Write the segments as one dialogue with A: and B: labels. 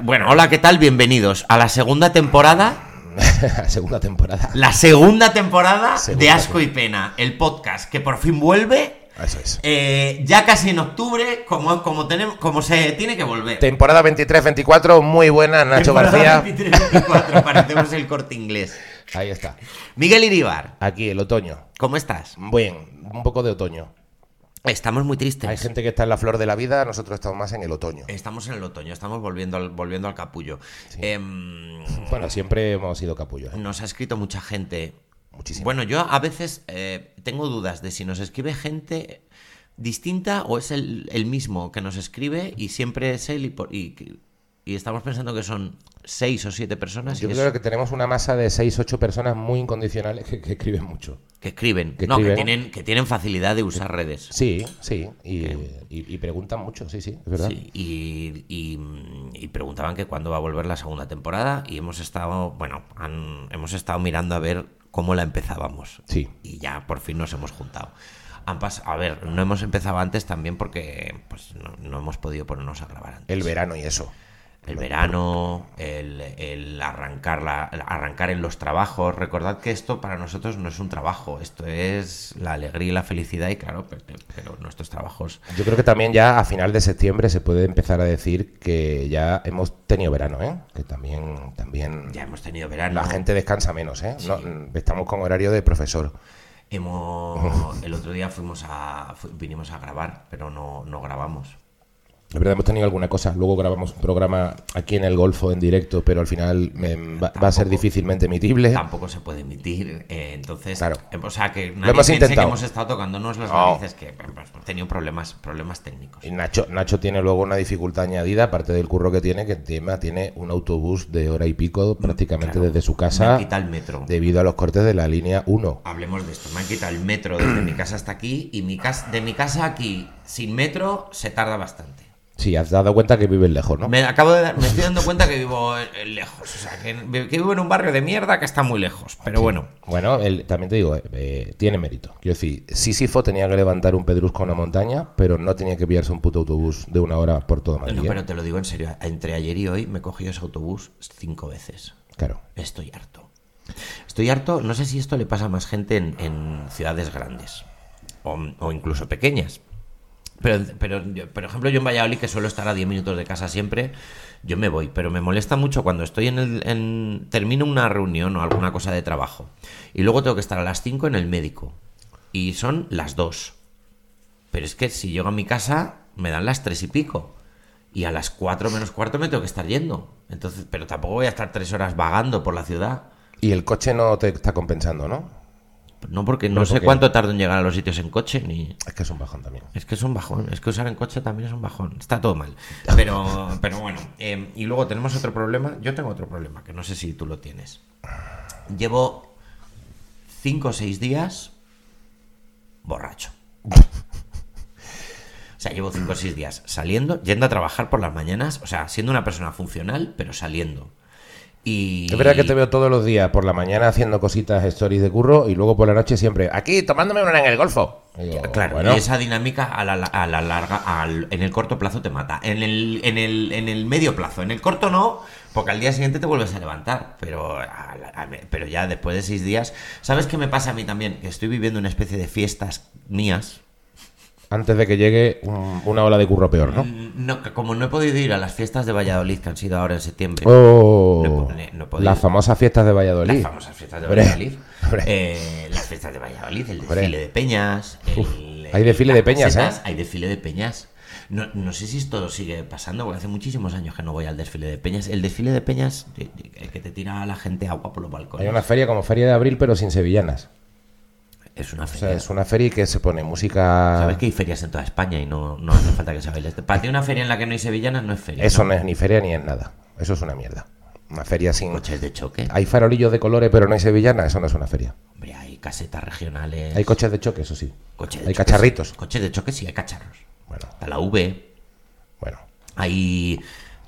A: Bueno, hola, ¿qué tal? Bienvenidos a la segunda temporada,
B: La segunda temporada.
A: la segunda temporada de
B: Segunda
A: Asco y Pena, el podcast que por fin vuelve,
B: Eso es.
A: eh, ya casi en octubre, como, como, tenemos, como se tiene que volver.
B: Temporada 23-24, muy buena, Nacho
A: Temporada
B: García.
A: 23-24, parecemos el corte inglés.
B: Ahí está.
A: Miguel Iribar,
B: Aquí, el otoño.
A: ¿cómo estás?
B: Bien, un poco de otoño.
A: Estamos muy tristes.
B: Hay gente que está en la flor de la vida, nosotros estamos más en el otoño.
A: Estamos en el otoño, estamos volviendo al, volviendo al capullo. Em,
B: Bueno, siempre hemos sido capullos. ¿eh?
A: nos ha escrito mucha gente.
B: Muchísimo.
A: Bueno, yo a veces eh, tengo dudas de si nos escribe gente distinta o es el, el mismo que nos escribe y siempre es él y, por- y- y estamos pensando que son seis o siete personas y
B: Yo
A: es-
B: creo que tenemos una masa de 6-8 personas muy incondicionales que, que escriben mucho.
A: que escriben.
B: que
A: no,
B: escriben.
A: Que, tienen, que tienen facilidad de usar redes.
B: Sí, sí. Y, y- y preguntan mucho, sí, sí, es verdad.
A: Sí, y, y- y preguntaban que cuándo va a volver la segunda temporada y hemos estado, bueno, han- hemos estado mirando a ver cómo la empezábamos.
B: Sí.
A: Y ya por fin nos hemos juntado. Han pas- a ver, no hemos empezado antes también porque pues, no, no hemos podido ponernos a grabar antes.
B: El verano y eso.
A: El verano, el, el arrancar, la, el arrancar en los trabajos. Recordad que esto para nosotros no es un trabajo, esto es la alegría y la felicidad y claro, pero- pero nuestros trabajos
B: Yo creo que también ya a final de septiembre se puede empezar a decir que ya hemos tenido verano, ¿eh? Que también, también
A: ya hemos tenido verano.
B: la gente descansa menos, ¿eh? No, mm, estamos con horario de profesor.
A: Hemos, el otro día fuimos a, fu- vinimos a grabar, pero no, no grabamos.
B: La verdad hemos tenido alguna cosa. Luego grabamos un programa aquí en el Golfo en directo, pero al final em, va, va a ser
A: Tampoco.
B: difícilmente emitible.
A: Tampoco se puede emitir, eh, entonces...
B: ¿Eh? Claro.
A: eh, o sea, que nadie
B: hemos
A: piense
B: intentado.
A: que hemos estado tocándonos las
B: No.
A: narices, que pues, hemos tenido problemas, problemas técnicos.
B: Y Nacho, Nacho tiene luego una dificultad añadida, aparte del curro que tiene, que encima tiene un autobús de hora y pico prácticamente
A: claro.
B: desde su
A: Me
B: casa
A: han quitado el metro.
B: debido a los cortes de la línea 1.
A: Hablemos de esto. Me han quitado el metro desde mi casa hasta aquí y mi cas- de mi casa aquí sin metro se tarda bastante.
B: Sí, has dado cuenta que vives lejos, ¿no?
A: Me, acabo de dar- me estoy dando cuenta que vivo eh, lejos. O sea, que, que vivo en un barrio de mierda que está muy lejos. Pero bueno,
B: Bueno, el- también te digo, eh, eh, tiene mérito. Quiero decir, Sísifo tenía que levantar un pedrusco a una montaña, pero no tenía que pillarse un puto autobús de una hora por todo Madrid.
A: No,
B: ¿eh?
A: pero te lo digo en serio. Entre ayer y hoy me he cogido ese autobús cinco veces.
B: Claro.
A: Estoy harto. Estoy harto. No sé si esto le pasa a más gente en, en ciudades grandes o, o incluso pequeñas. Pero, pero, yo- por ejemplo, yo en Valladolid, que suelo estar a 10 minutos de casa siempre, yo me voy. Pero me molesta mucho cuando estoy en el. en- termino una reunión o alguna cosa de trabajo. Y luego tengo que estar a las 5 en el médico. Y son las 2. Pero es que si llego a mi casa, me dan las tres y pico. Y a las cuatro menos cuarto me tengo que estar yendo. Entonces, pero tampoco voy a estar tres horas vagando por la ciudad.
B: Y el coche no te está compensando, ¿no?
A: No porque no
B: ¿Pero por
A: sé
B: qué?
A: cuánto tardo en llegar a los sitios en coche ni.
B: Es que es un bajón también.
A: Es que es un bajón, es que usar en coche también es un bajón. Está todo mal. Pero, pero bueno, eh, y luego tenemos otro problema. Yo tengo otro problema, que no sé si tú lo tienes. Llevo cinco o seis días borracho. O sea, llevo cinco o seis días saliendo, yendo a trabajar por las mañanas, o sea, siendo una persona funcional, pero saliendo. Y...
B: Es verdad que te veo todos los días, por la mañana haciendo cositas, stories de curro, y luego por la noche siempre, aquí, tomándome una en el Golfo. Y digo,
A: Claro,
B: bueno,
A: y esa dinámica a la, a la larga, al- en el corto plazo te mata. En el, en, el, en el medio plazo. En el corto no, porque al día siguiente te vuelves a levantar. Pero, a la- a- pero ya después de seis días. ¿Sabes qué me pasa a mí también? Que estoy viviendo una especie de fiestas mías.
B: antes de que llegue un- una ola de curro peor,
A: Mm,
B: ¿no?
A: No, que como no he podido ir a las fiestas de Valladolid que han sido ahora en septiembre.
B: Oh,
A: No he po- no he podido.
B: las famosas fiestas de
A: Las
B: Valladolid.
A: famosas fiestas de
B: Hombre,
A: Valladolid.
B: hombre.
A: Eh, las fiestas de Valladolid, el
B: Hombre.
A: desfile de peñas.
B: Uf,
A: el-
B: hay
A: las
B: desfile de peñas,
A: casetas,
B: ¿eh?
A: Hay desfile de peñas. No, no sé si esto sigue pasando, porque hace muchísimos años que no voy al desfile de peñas. El desfile de peñas, eh, eh, el que te tira a la gente agua por los balcones.
B: Hay una feria como Feria de Abril, pero sin sevillanas.
A: Es una
B: O
A: feria.
B: sea, es una feria que se pone música.
A: Sabes que hay ferias en toda España y no, no hace falta que se baile. este? Para ti una feria en la que no hay sevillanas no es feria.
B: Eso no es ni feria ni es nada. Eso es una mierda. Una feria sin.
A: Coches de choque.
B: Hay farolillos de colores, pero no hay sevillana. Eso no es una feria.
A: Hombre, hay casetas regionales.
B: Hay coches de choque, eso sí.
A: coches de
B: Hay
A: choque,
B: cacharritos.
A: sí. Coches de choque sí, hay cacharros.
B: Bueno,
A: Está la V,
B: bueno.
A: Hay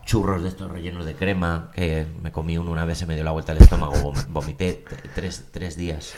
A: churros de estos rellenos de crema que me comí uno una vez, se me dio la vuelta al estómago, vom- vomité t- tres, tres días.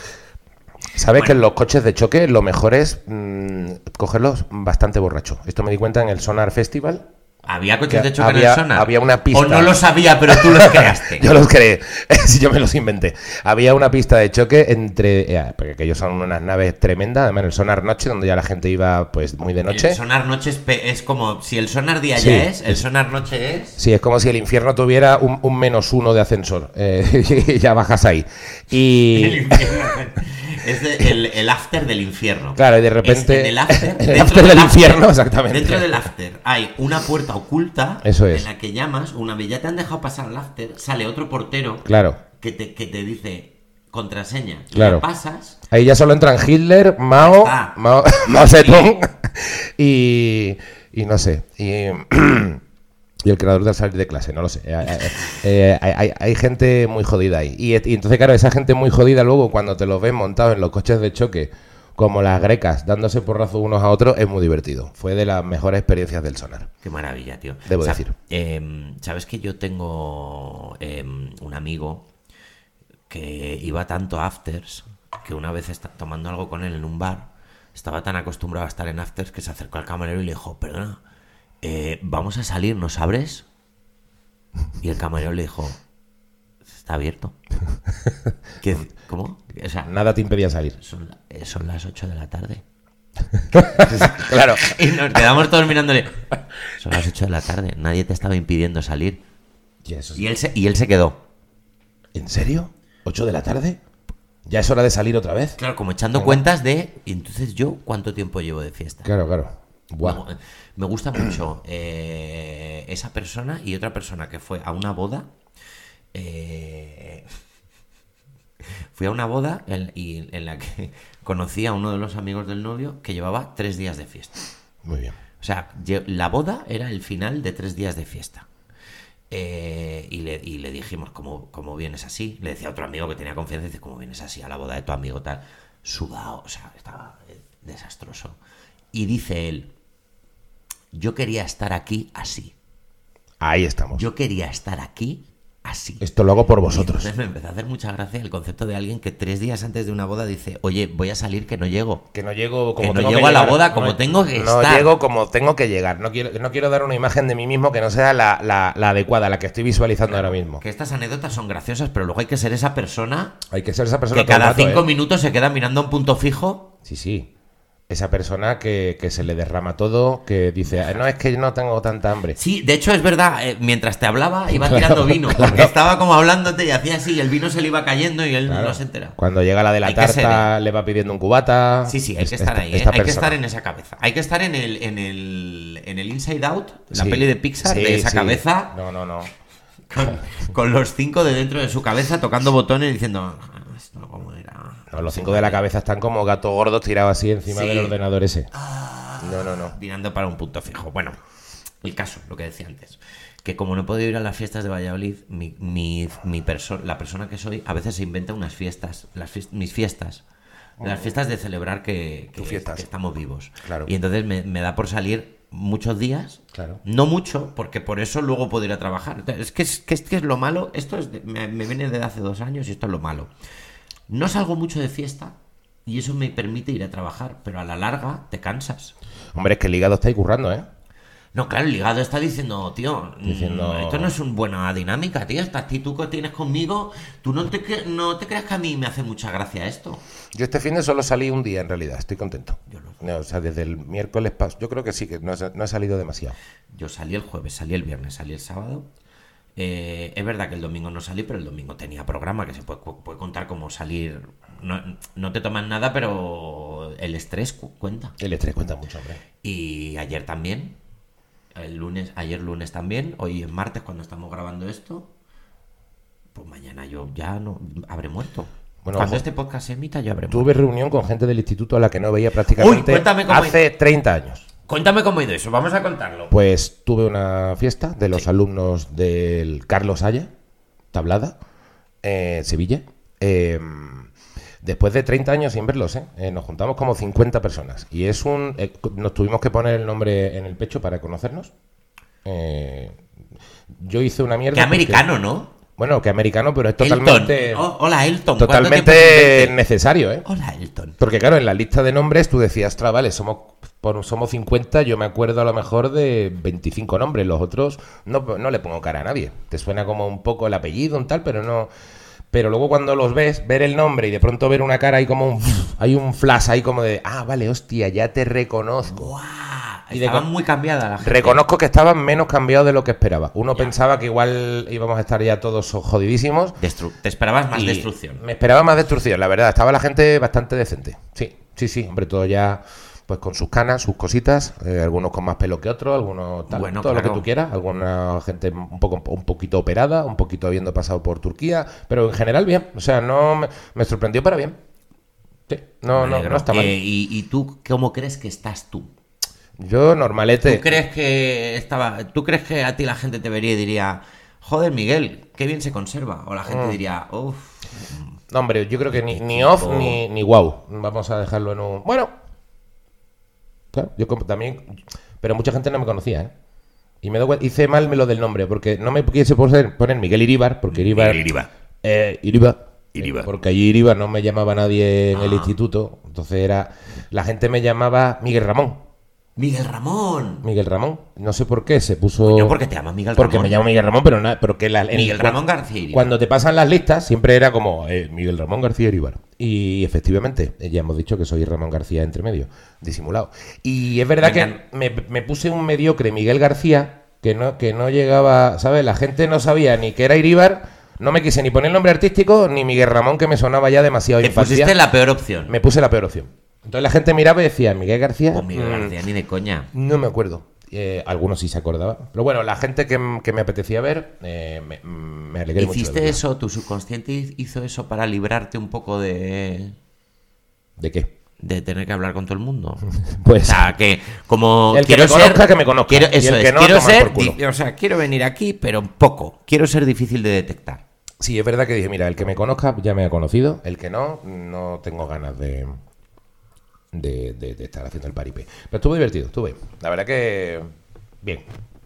B: Sabes que en los coches de choque lo mejor es mm, cogerlos bastante borracho. Esto me di cuenta en el Sonar Festival.
A: ¿Había coches
B: Que
A: de choque
B: había-
A: en el Sona?
B: había una pista.
A: O no lo sabía, pero tú los creaste.
B: Yo los creé, si yo me los inventé. Había una pista de choque entre. eh, porque aquellos son unas naves tremendas, además en el sonar noche, donde ya la gente iba pues muy de noche.
A: El sonar noche es, pe- es como si el sonar día
B: Sí.
A: ya es, el sonar noche es.
B: Sí, es como si el infierno tuviera un, un menos uno de ascensor. eh, y ya bajas ahí.
A: El
B: Y.
A: infierno. Es de- el, el after del infierno.
B: Claro, y de
A: Es
B: repente-
A: en el after,
B: en el
A: dentro
B: after del infierno, exactamente.
A: Dentro del after hay una puerta oculta
B: Eso es.
A: en la que llamas, una vez ya te han dejado pasar al after, sale otro portero
B: Claro.
A: que, te, que te dice contraseña. Y
B: Claro.
A: la pasas.
B: Ahí ya solo entran Hitler, Mao,
A: Ya está.
B: Mao, Mao Zedong y, y no sé. Y, y el creador del salir de clase, no lo sé. Eh, eh, eh, hay, hay- hay gente muy jodida ahí. Y, et- y entonces, claro, esa gente muy jodida luego cuando te los ves montados en los coches de choque, como las grecas, dándose porrazos unos a otros, es muy divertido. Fue de las mejores experiencias del sonar.
A: Qué maravilla, tío.
B: Debo
A: Sa-
B: decir.
A: em, Sabes que yo tengo em, un amigo que iba tanto a afters que una vez está tomando algo con él en un bar, estaba tan acostumbrado a estar en afters que se acercó al camarero y le dijo, perdona, eh, vamos a salir, ¿nos abres? Y el camarero le dijo, está abierto. ¿Qué- ¿Cómo? O sea,
B: Nada te impedía salir.
A: son, la- eh, son las 8 de la tarde.
B: Claro.
A: Y nos quedamos todos mirándole. Son las 8 de la tarde, nadie te estaba impidiendo salir.
B: Y eso sí.
A: Y él se, y él se quedó.
B: ¿En serio? ¿8 de la tarde? ¿Ya es hora de salir otra vez?
A: Claro, como echando cuentas de. "¿Y entonces yo cuánto tiempo llevo de fiesta?
B: Claro, claro. Buah.
A: Me- Me gusta mucho eh, esa persona y otra persona que fue a una boda. eh, fui a una boda en, y en la que conocí a uno de los amigos del novio que llevaba tres días de fiesta.
B: Muy bien.
A: O sea, lle- la boda era el final de tres días de fiesta. Eh, y, le, y le dijimos, ¿cómo, ¿cómo vienes así? Le decía a otro amigo que tenía confianza, dice, ¿cómo vienes así a la boda de tu amigo tal? Sudado, o sea, estaba eh, desastroso. Y dice él, yo quería estar aquí así.
B: Ahí estamos.
A: Yo quería estar aquí así.
B: Esto lo hago por
A: Y
B: vosotros.
A: Entonces me empezó a hacer mucha gracia el concepto de alguien que tres días antes de una boda dice, oye, voy a salir que no llego.
B: Que no llego
A: Que no llego a la boda como tengo que
B: no
A: estar.
B: llego como tengo que llegar. No quiero, no quiero dar una imagen de mí mismo que no sea la, la- la adecuada, la que estoy visualizando ahora mismo.
A: Que estas anécdotas son graciosas, pero luego hay que ser esa persona
B: Hay que ser esa persona
A: Que
B: todo el
A: cada
B: rato,
A: cinco
B: ¿eh?
A: minutos se queda mirando a un punto fijo.
B: Sí, sí. Esa persona que, que se le derrama todo, que dice, "Ah, no, es que yo no tengo tanta hambre.
A: Sí, de hecho es verdad, eh, mientras te hablaba iba
B: Claro,
A: tirando vino,
B: claro.
A: porque estaba como hablándote y hacía así, y el vino se le iba cayendo y él
B: Claro.
A: no se entera.
B: Cuando llega la de la
A: Hay que
B: tarta,
A: ser,
B: le va pidiendo un cubata.
A: Sí, sí, hay
B: Es-
A: que estar
B: esta-
A: ahí, ¿eh?
B: esta
A: hay que
B: persona.
A: estar en esa cabeza. Hay que estar en el, en el, en el Inside Out, la
B: Sí.
A: peli de Pixar,
B: Sí,
A: de esa
B: sí.
A: cabeza,
B: No, no, no.
A: con, con los cinco de dentro de su cabeza tocando botones diciendo, "Ah, esto cómo era.
B: No, los cinco de la cabeza están como gatos gordos tirados así encima
A: Sí. Ah.
B: del ordenador ese. No, no, no.
A: mirando para un punto fijo. Bueno, el caso, lo que decía antes, que como no he podido ir a las fiestas de Valladolid, mi, mi- mi perso- la persona que soy a veces se inventa unas fiestas, las fies- mis fiestas. Las fiestas de celebrar que, que-
B: Oh. Tus fiestas.
A: que estamos vivos.
B: Claro.
A: Y entonces me, me da por salir muchos días.
B: Claro.
A: No mucho, porque por eso luego puedo ir a trabajar. Es que es, que es, que es lo malo. Esto es de- me, me viene desde hace dos años y esto es lo malo. No salgo mucho de fiesta y eso me permite ir a trabajar, pero a la larga te cansas.
B: Hombre, es que el hígado está ahí currando, ¿eh?
A: No, claro, el hígado está diciendo, tío, mm,
B: Diciendo-
A: esto no es una buena dinámica, tío. Esta actitud que tienes conmigo, tú no te, cre- no te creas que a mí me hace mucha gracia esto.
B: Yo este fin de solo salí un día, en realidad. Estoy contento. No, o sea, desde el miércoles pas- Yo creo que sí, que no, he- no he salido demasiado.
A: Yo salí el jueves, salí el viernes, salí el sábado. Eh, es verdad que el domingo no salí, pero el domingo tenía programa que se puede, cu- puede contar como salir. No, no te toman nada, pero el estrés cu- cuenta.
B: El estrés cuenta mucho, hombre.
A: Y ayer también. El lunes, ayer lunes también. Hoy es martes cuando estamos grabando esto. Pues mañana yo ya no habré muerto.
B: Bueno,
A: cuando
B: ojo.
A: este podcast se emita, yo habré muerto.
B: Tuve reunión con gente del instituto a la que no veía prácticamente
A: Uy, cuéntame cómo
B: hace 30 años.
A: Cuéntame cómo ha ido eso, vamos a contarlo.
B: Pues tuve una fiesta de los alumnos del Carlos Haya, Tablada, eh, Sevilla. Eh, después de 30 años sin verlos, ¿eh? Eh, nos juntamos como 50 personas. Y es un. eh, nos tuvimos que poner el nombre en el pecho para conocernos. Eh, yo hice una mierda.
A: Qué
B: porque-
A: americano, ¿no?
B: bueno, que americano, pero es
A: Elton.
B: totalmente.
A: Oh, hola, Elton. ¿cuánto tiempo
B: totalmente
A: sin verte?
B: necesario, ¿eh?
A: Hola, Elton.
B: Porque claro, en la lista de nombres tú decías, "Ostras, vale, somos por Somos 50 yo me acuerdo a lo mejor de 25 nombres, los otros no, no le pongo cara a nadie. Te suena como un poco el apellido, un tal, pero no... Pero luego cuando los ves, ver el nombre y de pronto ver una cara ahí como un... Hay un flash ahí como de, ah, vale, hostia, ya te reconozco.
A: ¡Guau!
B: Y de
A: Estaba
B: con-
A: muy cambiada la gente.
B: Reconozco que estaban menos cambiados de lo que esperaba. Uno
A: Ya.
B: pensaba que igual íbamos a estar ya todos jodidísimos.
A: Destru- te esperabas más
B: y
A: destrucción.
B: Me esperaba más destrucción, la verdad. Estaba la gente bastante decente. Sí, sí, sí. Hombre, todo ya pues con sus canas, sus cositas. eh, algunos con más pelo que otros, algunos tal,
A: Bueno,
B: todo lo
A: claro.
B: que tú quieras. Alguna gente un poco un poquito operada, un poquito habiendo pasado por Turquía. Pero en general bien. O sea, no me, me sorprendió para bien. Sí, no,
A: Me
B: no,
A: alegro.
B: no está mal.
A: Eh, y, y tú cómo crees que estás tú?
B: Yo normalete.
A: ¿Tú crees que estaba, tú crees que a ti la gente te vería y diría, joder Miguel, qué bien se conserva? O la
B: Mm.
A: gente diría, uff,
B: No, hombre, yo creo que ni, ni off ni, ni wow. Vamos a dejarlo en un. Bueno. Claro, yo como también. Pero mucha gente no me conocía, ¿eh? Y me doy cuen- hice mal lo del nombre, porque no me quise poner, poner Miguel Iríbar, porque Iríbar.
A: Miguel Iríbar.
B: Eh, Iríbar.
A: Iríbar. Ah.
B: Eh, porque allí Iríbar no me llamaba nadie en el instituto. Entonces era. La gente me llamaba Miguel Ramón.
A: Miguel Ramón.
B: Miguel Ramón. No sé por qué se puso.
A: Yo porque te llamas Miguel
B: Porque
A: Ramón.
B: me llamo Miguel Ramón, pero nada, porque la, en-
A: Miguel
B: cuan-
A: Ramón García Iríbar.
B: Cuando te pasan las listas, siempre era como eh, Miguel Ramón García Iríbar. Y efectivamente, eh, ya hemos dicho que soy Ramón García entre medio, disimulado. Y es verdad
A: Me
B: que me, me puse un mediocre Miguel García que no, que no llegaba, ¿sabes? La gente no sabía ni que era Iríbar. No me quise ni poner el nombre artístico ni Miguel Ramón, que me sonaba ya demasiado
A: Te
B: infancia.
A: pusiste la peor opción.
B: Me puse la peor opción. Entonces la gente miraba y decía, Miguel García.
A: Pues Miguel
B: mm,
A: García, ni de coña.
B: no me acuerdo. Eh, algunos sí se acordaba. Pero bueno, la gente que, m- que me apetecía ver, eh, me, me alegré mucho. de
A: ¿Hiciste
B: verla.
A: eso? ¿Tu subconsciente hizo eso para librarte un poco de,
B: ¿De qué?
A: de tener que hablar con todo el mundo? O
B: Pues.
A: sea, que como
B: El que
A: quiero
B: me conozca,
A: ser,
B: que me conozca.
A: Quiero,
B: Y el
A: eso
B: que
A: es,
B: no,
A: quiero
B: a tomar
A: ser,
B: por culo.
A: di- o sea, quiero venir aquí, pero poco. Quiero ser difícil de detectar.
B: Sí, es verdad que dije, mira, el que me conozca ya me ha conocido. El que no, no tengo ganas de. De, de- de estar haciendo el paripé. Pero estuvo divertido, estuve. La verdad que. Bien.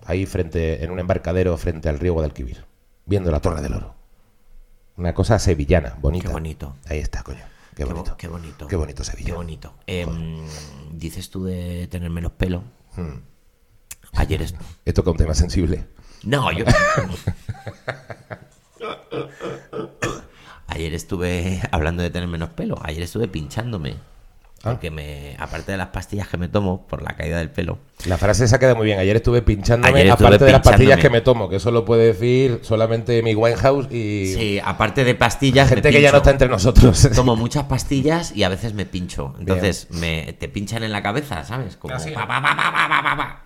B: Ahí frente, en un embarcadero frente al río Guadalquivir, viendo la Torre del Oro. Una cosa sevillana, bonita.
A: Qué bonito.
B: Ahí está, coño. Qué
A: bo-
B: bonito.
A: Qué bonito.
B: Qué bonito Sevilla.
A: Qué bonito. Eh, dices tú de tener menos pelo.
B: Hmm.
A: Ayer es...
B: He tocado un tema sensible.
A: No, yo... Ayer estuve hablando de tener menos pelo. Ayer estuve pinchándome.
B: Ah.
A: Porque me, aparte de las pastillas que me tomo por la caída del pelo,
B: La frase esa queda muy bien. Ayer estuve pinchándome,
A: Ayer estuve
B: aparte de las pastillas
A: pinchándome.
B: que me tomo, que eso lo puede decir solamente mi Winehouse y
A: sí, aparte de pastillas, me
B: gente que ya
A: pincho.
B: no está entre nosotros.
A: Tomo muchas pastillas y a veces me pincho. Entonces me, te pinchan en la cabeza, ¿sabes? Como
B: Así.
A: pa, pa, pa, pa, pa, pa, pa, pa.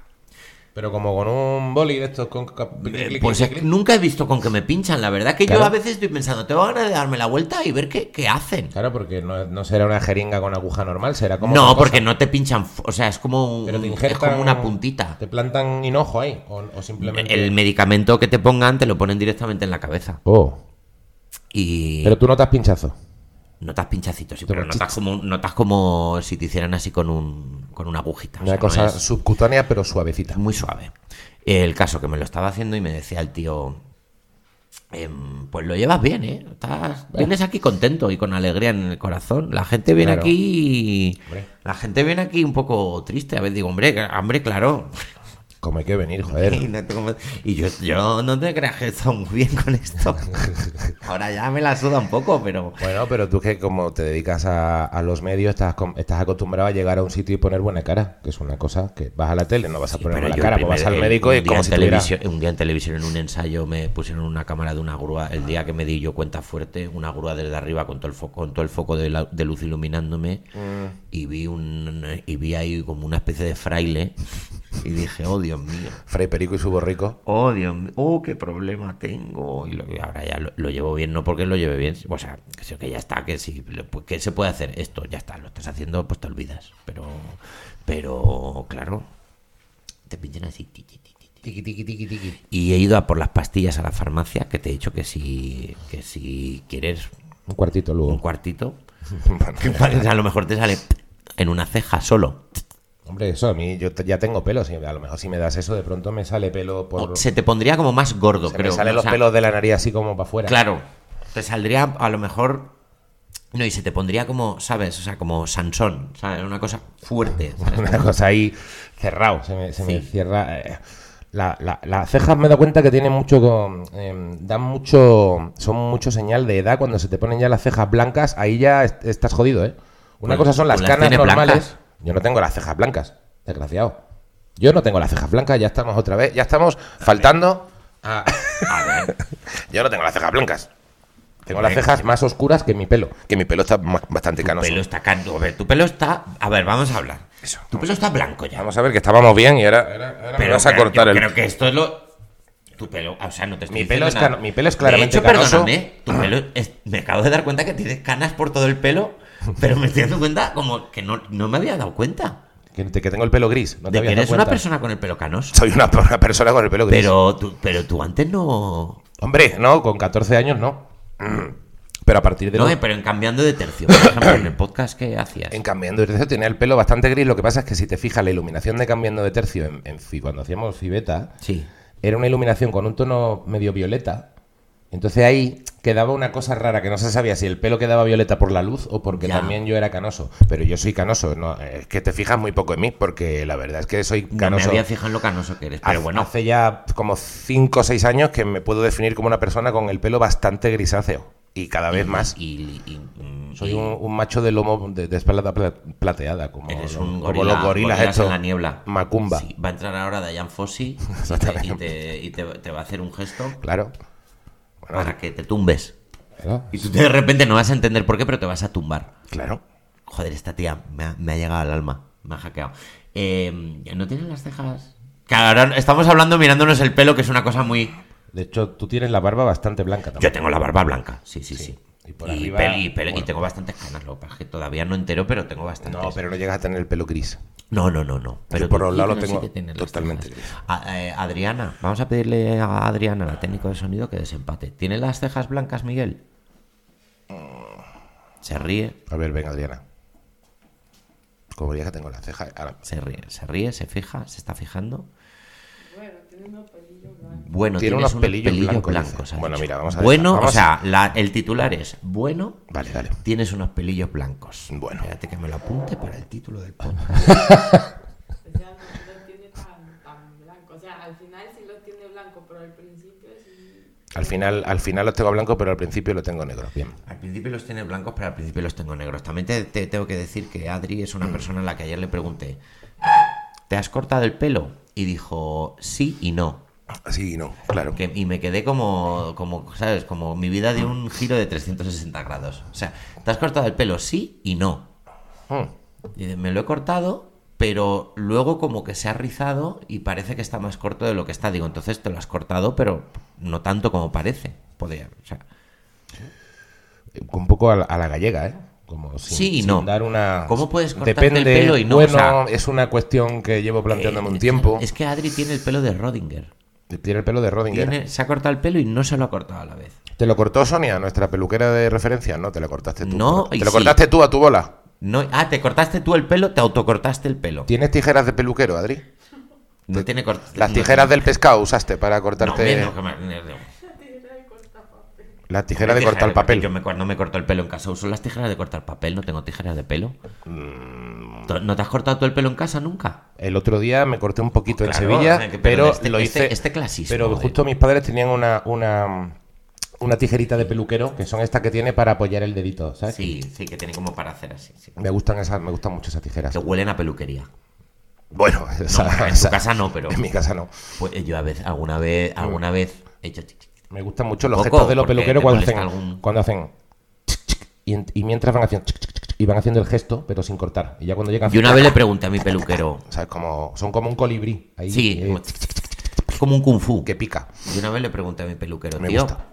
B: Pero como con un boli de estos con... cap- clic, clic,
A: Pues es
B: clic,
A: que
B: clic.
A: nunca he visto con que me pinchan. La verdad que
B: Claro.
A: yo a veces estoy pensando, tengo ganas de darme la vuelta y ver qué, qué hacen.
B: Claro, porque no, no será una jeringa con aguja normal, será como...
A: No,
B: otra
A: porque
B: cosa.
A: no te pinchan. fu- O sea, es como, un-
B: Pero te
A: es
B: injertan-
A: como una puntita.
B: Te plantan hinojo ahí, o, o simplemente...
A: El medicamento que te pongan te lo ponen directamente en la cabeza.
B: Oh,
A: Y
B: pero tú notas pinchazo.
A: notas pinchacitos, sí,
B: Pero
A: pero notas como, notas como si te hicieran así con, un, con una agujita. o
B: Una
A: sea, no
B: cosa
A: es-
B: subcutánea pero suavecita.
A: muy suave. El caso que me lo estaba haciendo y me decía el tío, em, pues lo llevas bien, ¿eh? Estás- vienes aquí contento y con alegría en el corazón. La gente viene
B: Claro.
A: aquí...
B: Hombre.
A: La gente viene aquí un poco triste. A ver, digo, hombre, que- hombre, claro.
B: Como hay que venir, joder.
A: Y, no tengo- y yo, yo no te creas que estoy muy bien con esto. Ahora ya me la suda un poco, pero...
B: Bueno, pero tú que como te dedicas a, a los medios, estás, com- estás acostumbrado a llegar a un sitio y poner buena cara, que es una cosa que vas a la tele, no vas a poner
A: Pero
B: buena
A: yo
B: cara,
A: el
B: pues vas
A: primer-
B: al
A: el-
B: médico
A: un
B: y
A: día
B: como
A: en
B: si tuviera...
A: televisión, Un día en televisión, en un ensayo, me pusieron una cámara de una grúa. El día que me di yo cuenta fuerte, una grúa desde arriba con todo el foco, con todo el foco de, la- de luz iluminándome. Y vi un y vi ahí como una especie de fraile. Y dije, oh Dios mío.
B: Fray Perico y su borrico.
A: Oh, Dios mío, oh, qué problema tengo. Y, lo- y ahora ya lo, lo llevo bien, no porque lo lleve bien, o sea, que sé que ya está, que sí, lo- pues, que se puede hacer esto, ya está, lo estás haciendo, pues te olvidas. Pero, pero, claro, te pinchan así. ti, ti, ti, ti, ti.
B: Tiqui, tiqui, tiqui, tiqui.
A: Y he ido a por las pastillas a la farmacia, que te he dicho que si, que si quieres
B: Un cuartito
A: un
B: luego.
A: cuartito,
B: Bueno,
A: a lo mejor te sale en una ceja solo.
B: Hombre, eso a mí, yo te- ya tengo pelos, y a lo mejor si me das eso, de pronto me sale pelo por...
A: O Se te pondría como más gordo,
B: se
A: creo.
B: me
A: ¿no?
B: salen
A: O
B: los
A: sea,
B: pelos de la nariz así como para afuera.
A: Claro, te saldría a lo mejor No, y se te pondría como, ¿sabes? O sea, como Sansón, ¿sabes? Una cosa fuerte. ¿sabes?
B: Una cosa ahí cerrado, se me, se me
A: Sí.
B: cierra. eh, la- la- las cejas me he dado cuenta que tienen mucho. con- em, dan mucho. Son mucho señal de edad. Cuando se te ponen ya las cejas blancas, ahí ya est- estás jodido, ¿eh? Una
A: Pues,
B: cosa son las
A: pues las
B: canas
A: tienes
B: normales.
A: blancas.
B: Yo no tengo las cejas blancas, desgraciado. Yo no tengo las cejas blancas, ya estamos otra vez. Ya estamos faltando a.
A: A ver,
B: Yo no tengo las cejas blancas. Tengo las
A: Hombre,
B: cejas más oscuras que mi pelo. Que mi pelo está ma- bastante
A: tu
B: canoso.
A: pelo está... can- A ver, tu pelo está... A ver, vamos a hablar.
B: Eso.
A: Tu pelo está blanco ya.
B: Vamos a ver que estábamos bien y ahora, ahora- ahora me vas a
A: creo-
B: cortar
A: yo
B: el.
A: Creo que esto es lo. Tu pelo, o sea, no te estoy
B: Mi
A: diciendo
B: pelo es
A: nada.
B: cano- mi pelo es claramente
A: De hecho,
B: canoso.
A: perdóname, tu pelo es- me acabo de dar cuenta que tienes canas por todo el pelo, pero me estoy dando cuenta como que no, no me había dado cuenta
B: Que, te- que tengo el pelo gris. No
A: de que
B: te habías
A: eres
B: dado
A: una
B: cuenta. Pues
A: persona con el pelo canoso.
B: Soy una, una persona con el pelo gris.
A: Pero tú, pero tú antes no.
B: Hombre, no, con 14 años no. Mm. Pero a partir de.
A: No,
B: los-
A: eh, pero en cambiando de tercio, por ejemplo, en el podcast que hacías.
B: En cambiando de tercio tenía el pelo bastante gris. Lo que pasa es que si te fijas, la iluminación de cambiando de tercio en, en fi- cuando hacíamos fibeta
A: Sí.
B: era una iluminación con un tono medio violeta. Entonces ahí quedaba una cosa rara que no se sabía si el pelo quedaba violeta por la luz o porque
A: Ya.
B: también yo era canoso. Pero yo soy canoso, no, es que te fijas muy poco en mí porque la verdad es que soy
A: No me
B: canoso.
A: había fijado en lo canoso que eres,
B: Hace-
A: pero bueno.
B: Hace ya como 5 o 6 años que me puedo definir como una persona con el pelo bastante grisáceo. Y cada vez más.
A: Y, y- y-
B: Soy
A: y
B: un, un macho de lomo de, de espalda pla- plateada, como,
A: Eres
B: lo-
A: un
B: como
A: gorila,
B: los gorilas
A: gorilas
B: estos.
A: en la niebla.
B: Macumba.
A: Sí, va a entrar ahora Diane Fossey y, te, y te- y te- te va a hacer un gesto
B: Claro. Bueno,
A: para que te tumbes.
B: claro.
A: Y tú de repente no vas a entender por qué, pero te vas a tumbar.
B: claro.
A: Joder, esta tía me ha, me ha llegado al alma. Me ha hackeado. Eh, ¿No tienes las cejas? Claro, ahora estamos hablando mirándonos el pelo, que es una cosa muy...
B: De hecho, tú tienes la barba bastante blanca también.
A: Yo tengo la barba blanca, sí, sí, sí.
B: Y por arriba,
A: pel- y pel- y
B: bueno.
A: tengo bastantes canas, lo que pasa es que todavía no entero, pero tengo bastantes.
B: No, pero no llegas a tener el pelo gris.
A: No, no, no, no.
B: Yo por
A: tú-
B: los
A: sí,
B: lados
A: pero
B: lo
A: sí
B: tengo
A: que tienes las
B: totalmente
A: cejas. A- eh, Adriana, vamos a pedirle a Adriana, la técnico de sonido, que desempate. ¿Tiene las cejas blancas, Miguel?
B: Mm.
A: Se ríe,
B: A ver, venga, Adriana. Como ya que tengo las cejas. ahora-
A: se ríe, se ríe, se fija, se está fijando. Bueno,
B: Tiene
A: tienes
B: unos
A: unos
B: pelillos
A: pelillos
B: blancos, dice.
A: blancos, has
B: Bueno,
A: dicho.
B: mira, vamos a dejar-
A: Bueno, o
B: vamos-
A: sea, la- el titular es bueno,
B: Vale, dale.
A: tienes unos pelillos blancos.
B: Bueno.
A: Espérate que me lo apunte para el título del podcast.
C: O sea, Pues no lo tiene tan, tan blanco. O sea, al final sí lo tiene blanco, pero al principio sí.
B: Al final, al final los tengo blanco, pero al principio lo tengo negro. Bien.
A: Al principio los tiene blancos, pero al principio los tengo negros. También te, te tengo que decir que Adri es una persona a la que ayer le pregunté, ¿te has cortado el pelo? Y dijo, sí y no.
B: Así no, claro.
A: Que- y me quedé como, como, ¿sabes? Como mi vida dio un giro de 360 grados. O sea, ¿te has cortado el pelo? Sí y no.
B: Mm.
A: Y dice, me lo he cortado, pero luego como que se ha rizado y parece que está más corto de lo que está. Digo, entonces te lo has cortado, pero no tanto como parece. Podría, o sea,
B: un poco a la, a la gallega, ¿eh? Como sin,
A: Sí y
B: sin
A: no.
B: dar una...
A: ¿Cómo puedes cortarte el pelo y no?
B: Bueno,
A: O sea- eh,
B: es una cuestión que llevo planteándome un tiempo.
A: Es que Adri tiene el pelo de Rodinger.
B: Tiene el pelo de Rodinger.
A: Tiene- se ha cortado el pelo y no se lo ha cortado a la vez.
B: ¿Te lo cortó Sonia, nuestra peluquera de referencia? No, te lo cortaste tú.
A: No,
B: te
A: y
B: lo
A: sí.
B: cortaste tú a tu bola.
A: No, ah, te cortaste tú el pelo, te autocortaste el pelo.
B: ¿Tienes tijeras de peluquero, Adri?
A: No tiene cort-
B: Las
A: no
B: tijeras
A: tiene-
B: del pescado usaste para
A: No,
B: cortarte...
A: hombre, no, que me- no, no.
B: Las tijeras de
A: Tijeras
B: cortar papel.
A: Yo me, cuando me corto el pelo en casa uso las tijeras de cortar papel, no tengo tijeras de pelo.
B: Mm.
A: ¿Tú- ¿No te has cortado tú el pelo en casa nunca?
B: El otro día me corté un poquito en
A: Claro,
B: Sevilla,
A: eh, que-
B: pero
A: pero este-
B: lo hice.
A: este- este clasismo,
B: Pero
A: eh.
B: justo mis padres tenían una, una, una tijerita de peluquero, que son estas que tiene para apoyar el dedito, ¿sabes?
A: Sí, sí, que tiene como para hacer así. sí.
B: Me gustan esas, me gustan mucho esas tijeras.
A: Que huelen a peluquería.
B: Bueno, esa-
A: No, en tu
B: esa-
A: casa no, pero-
B: En mi casa no.
A: Pues yo a veces, alguna vez, alguna vez he hecho... tic, tic, tic.
B: Me gustan mucho los
A: Poco,
B: gestos de los
A: porque
B: peluqueros
A: te
B: cuando hacen,
A: molesta algún-
B: cuando hacen chic, chic, y, en- y mientras van haciendo chic, chic, chic, chic, y van haciendo el gesto, pero sin cortar. Y ya cuando llegan,
A: Yo una vez le pregunté a mi peluquero,
B: ¿sabes? Como, son como un colibrí ahí,
A: Sí,
B: eh,
A: como, como un kung fu.
B: que pica.
A: Yo una vez le pregunté a mi peluquero,
B: Me
A: tío,
B: gusta.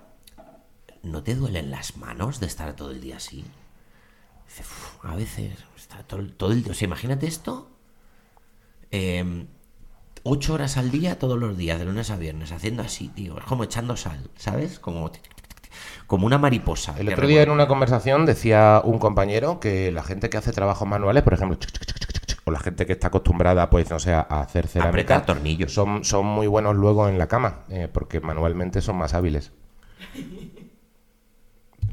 A: ¿no te duelen las manos de estar todo el día así? Dice, "Uf, a veces está todo, el- todo el día. O sea, imagínate esto. eh, ocho horas al día, todos los días, de lunes a viernes, haciendo así, tío. Es como echando sal, ¿sabes? Como, tic, tic, tic, tic, como una mariposa.
B: El
A: que
B: otro día en
A: revuelve.
B: una conversación decía un compañero que la gente que hace trabajos manuales, por ejemplo, chic, chic, chic, chic, chic, chic, o la gente que está acostumbrada, pues no sé, a a hacer cerámica,
A: Apretar tornillos.
B: son, son muy buenos luego en la cama, eh, porque manualmente son más hábiles.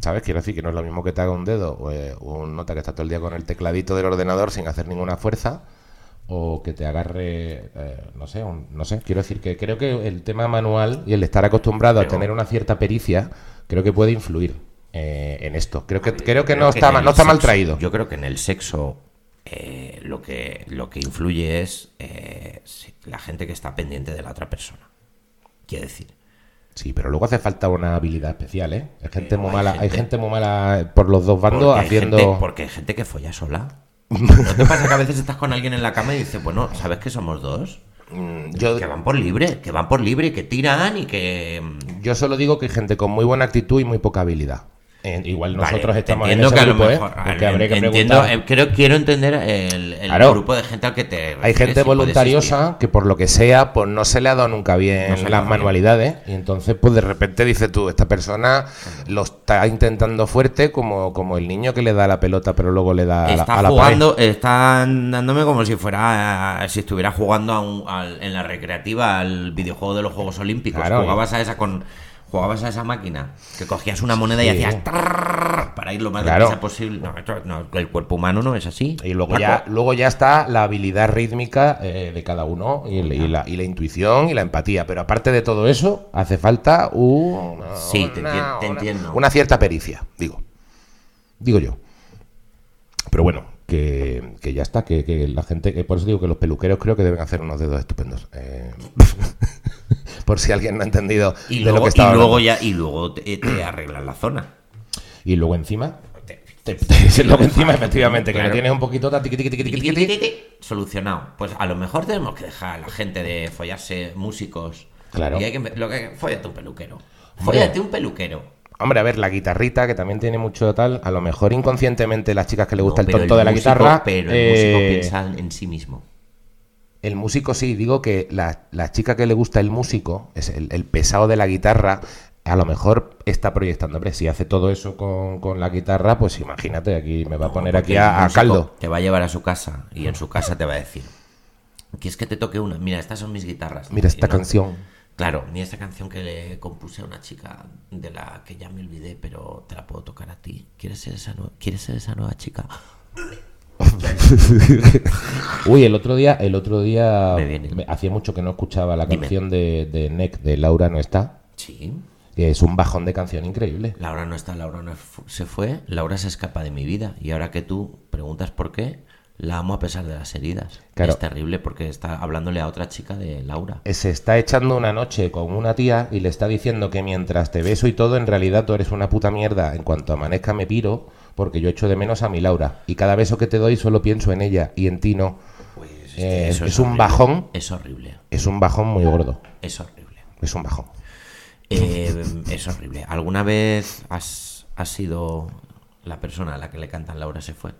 B: ¿Sabes? Quiero decir que no es lo mismo que te haga un dedo o eh, un nota que está todo el día con el tecladito del ordenador sin hacer ninguna fuerza o que te agarre, eh, no sé, un- no sé. Quiero decir que creo que el tema manual y el estar acostumbrado a
A: Pero-
B: tener una cierta pericia, creo que puede influir eh, en esto. Creo que,
C: A ver,
B: creo que
A: Creo
B: no,
A: que
B: está,
A: en
B: mal-
A: el
B: no está mal
A: sexo-
B: traído.
A: Yo creo que en el sexo eh, lo, que, lo que influye es eh, si- la gente que está pendiente de la otra persona. Quiero decir,
B: Sí, pero luego hace falta una habilidad especial, ¿eh? Hay gente
A: Pero
B: muy
A: hay
B: mala, hay
A: gente-
B: gente muy mala por los dos bandos
A: hay
B: haciendo.
A: gente, porque hay gente que folla sola. ¿No te pasa que a veces estás con alguien en la cama y dices, bueno, ¿sabes que somos dos?
B: Mm, yo,
A: Que van por libre, que van por libre, que tiran y que... mm,
B: yo solo digo que hay gente con muy buena actitud y muy poca habilidad. Eh, igual
A: Vale,
B: nosotros estamos en
A: entiendo
B: ese
A: que a lo
B: grupo, ¿eh?
A: mejor-
B: Porque habría que
A: entiendo,
B: preguntar.
A: eh, creo, quiero entender el, el
B: Claro.
A: grupo de gente al que te
B: Hay
A: refieres, si
B: gente
A: puede existir.
B: voluntariosa que por lo que sea, pues no se le ha dado nunca bien
A: No se le ha
B: las
A: dado bien.
B: manualidades. Y entonces, pues de repente dice tú, esta persona lo está intentando fuerte como, como el niño que le da la pelota, pero luego le da a la,
A: Está
B: a la pared.
A: jugando, están dándome como si fuera, eh, si estuviera jugando a un- al- en la recreativa al videojuego de los Juegos Olímpicos.
B: Claro,
A: jugabas a esa con, jugabas a esa máquina que cogías una moneda y
B: Sí.
A: hacías trrrr para ir lo más
B: Claro.
A: deprisa posible. No, esto no, el cuerpo humano no es así.
B: Y luego
A: Paco.
B: ya, luego ya está la habilidad rítmica eh, de cada uno y, y la, y la intuición y la empatía. Pero aparte de todo eso, hace falta una,
A: Sí, te enti- te
B: una-
A: entiendo.
B: una cierta pericia, digo. Digo yo. Pero bueno, que, que ya está, que, que la gente, que por eso digo que los peluqueros creo que deben hacer unos dedos estupendos. Eh, por si alguien no ha entendido
A: Y
B: de
A: luego,
B: lo que
A: y
B: estaba
A: luego
B: hablando.
A: ya y luego te, eh, te arreglas la zona.
B: Y luego encima,
A: Te-
B: te- te- luego encima efectivamente, que
A: Claro.
B: lo tienes un poquito ta- tiqui, tiqui, tiqui, tiqui, tiqui,
A: Solucionado. Pues a lo mejor tenemos que dejar a la gente de follarse músicos.
B: Claro.
A: Y hay que, lo que, hay que- fóllate un peluquero. Fóllate un peluquero.
B: Hombre, a ver, la guitarrita, que también tiene mucho tal, a lo mejor inconscientemente las chicas que le gusta
A: No,
B: el
A: pero
B: tonto de la
A: músico-
B: guitarra,
A: Pero el músico
B: eh,
A: piensa en sí mismo.
B: el músico sí, digo que la, la chica que le gusta el músico, es el, el pesado de la guitarra, a lo mejor está proyectando, hombre, si hace todo eso con, con la guitarra, pues imagínate, aquí me va a poner
A: No,
B: aquí
A: porque el
B: a, a
A: músico
B: caldo.
A: Te va a llevar a su casa y en su casa te va a decir: ¿Quieres que te toque una? Mira, estas son mis guitarras.
B: Mira esta
A: Y no-
B: canción.
A: Claro, ni esta canción que le compuse a una chica de la que ya me olvidé, pero te la puedo tocar a ti. ¿Quieres ser esa, nue- ¿quieres ser esa nueva chica?
B: Uy, el otro día, el otro día
A: Me viene.
B: me- hacía mucho que no escuchaba la
A: Dime.
B: canción de, de Neck de Laura no está,
A: Sí.
B: que es un bajón de canción increíble.
A: Laura no está, Laura no fu- se fue, Laura se escapa de mi vida. Y ahora que tú preguntas por qué, la amo a pesar de las heridas.
B: Claro.
A: Es terrible porque está hablándole a otra chica de Laura.
B: Eh, se está echando una noche con una tía y le está diciendo que mientras te beso y todo, en realidad tú eres una puta mierda. En cuanto amanezca me piro porque yo echo de menos a mi Laura. Y cada beso que te doy solo pienso en ella y en ti no. Eh,
A: Pues, este, Eso
B: es, un
A: horrible.
B: bajón,
A: Es horrible,
B: es un bajón muy gordo.
A: es horrible.
B: Es un bajón.
A: Eh, es horrible. ¿Alguna vez has, has sido la persona a la que le cantan Laura se fue?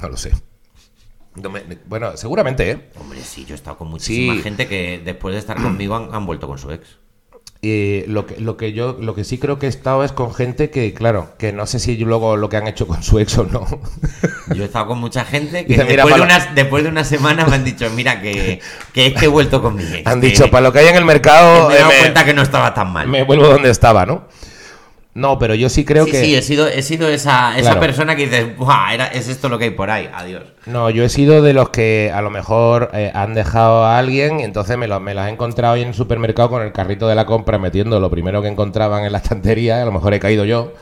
B: No lo sé. No me- bueno, seguramente, ¿eh?
A: Hombre, sí, yo he estado con muchísima
B: Sí.
A: gente que después de estar conmigo han, han vuelto con su ex.
B: Eh, lo, que, lo que yo lo que sí creo que he estado es con gente que, claro, que no sé si luego lo que han hecho con su ex o no.
A: Yo he estado con mucha gente que
B: Dice, "Mira,
A: después, de
B: palo".
A: una, después de una semana me han dicho, mira, que, que es que he vuelto con mi ex.
B: Han
A: que-
B: dicho, para lo que hay en el
A: que
B: mercado...
A: me he dado
B: eh, me-
A: cuenta que no estaba tan mal.
B: me vuelvo donde estaba, ¿no? No, pero yo sí creo
A: sí,
B: que.
A: sí, he sido, he sido esa, esa
B: Claro.
A: persona que dices, "Buah, era, es esto lo que hay por ahí, adiós.
B: No, yo he sido de los que a lo mejor eh, han dejado a alguien y entonces me, lo- me las he encontrado hoy en el supermercado con el carrito de la compra metiendo lo primero que encontraban en la estantería, a lo mejor he caído yo.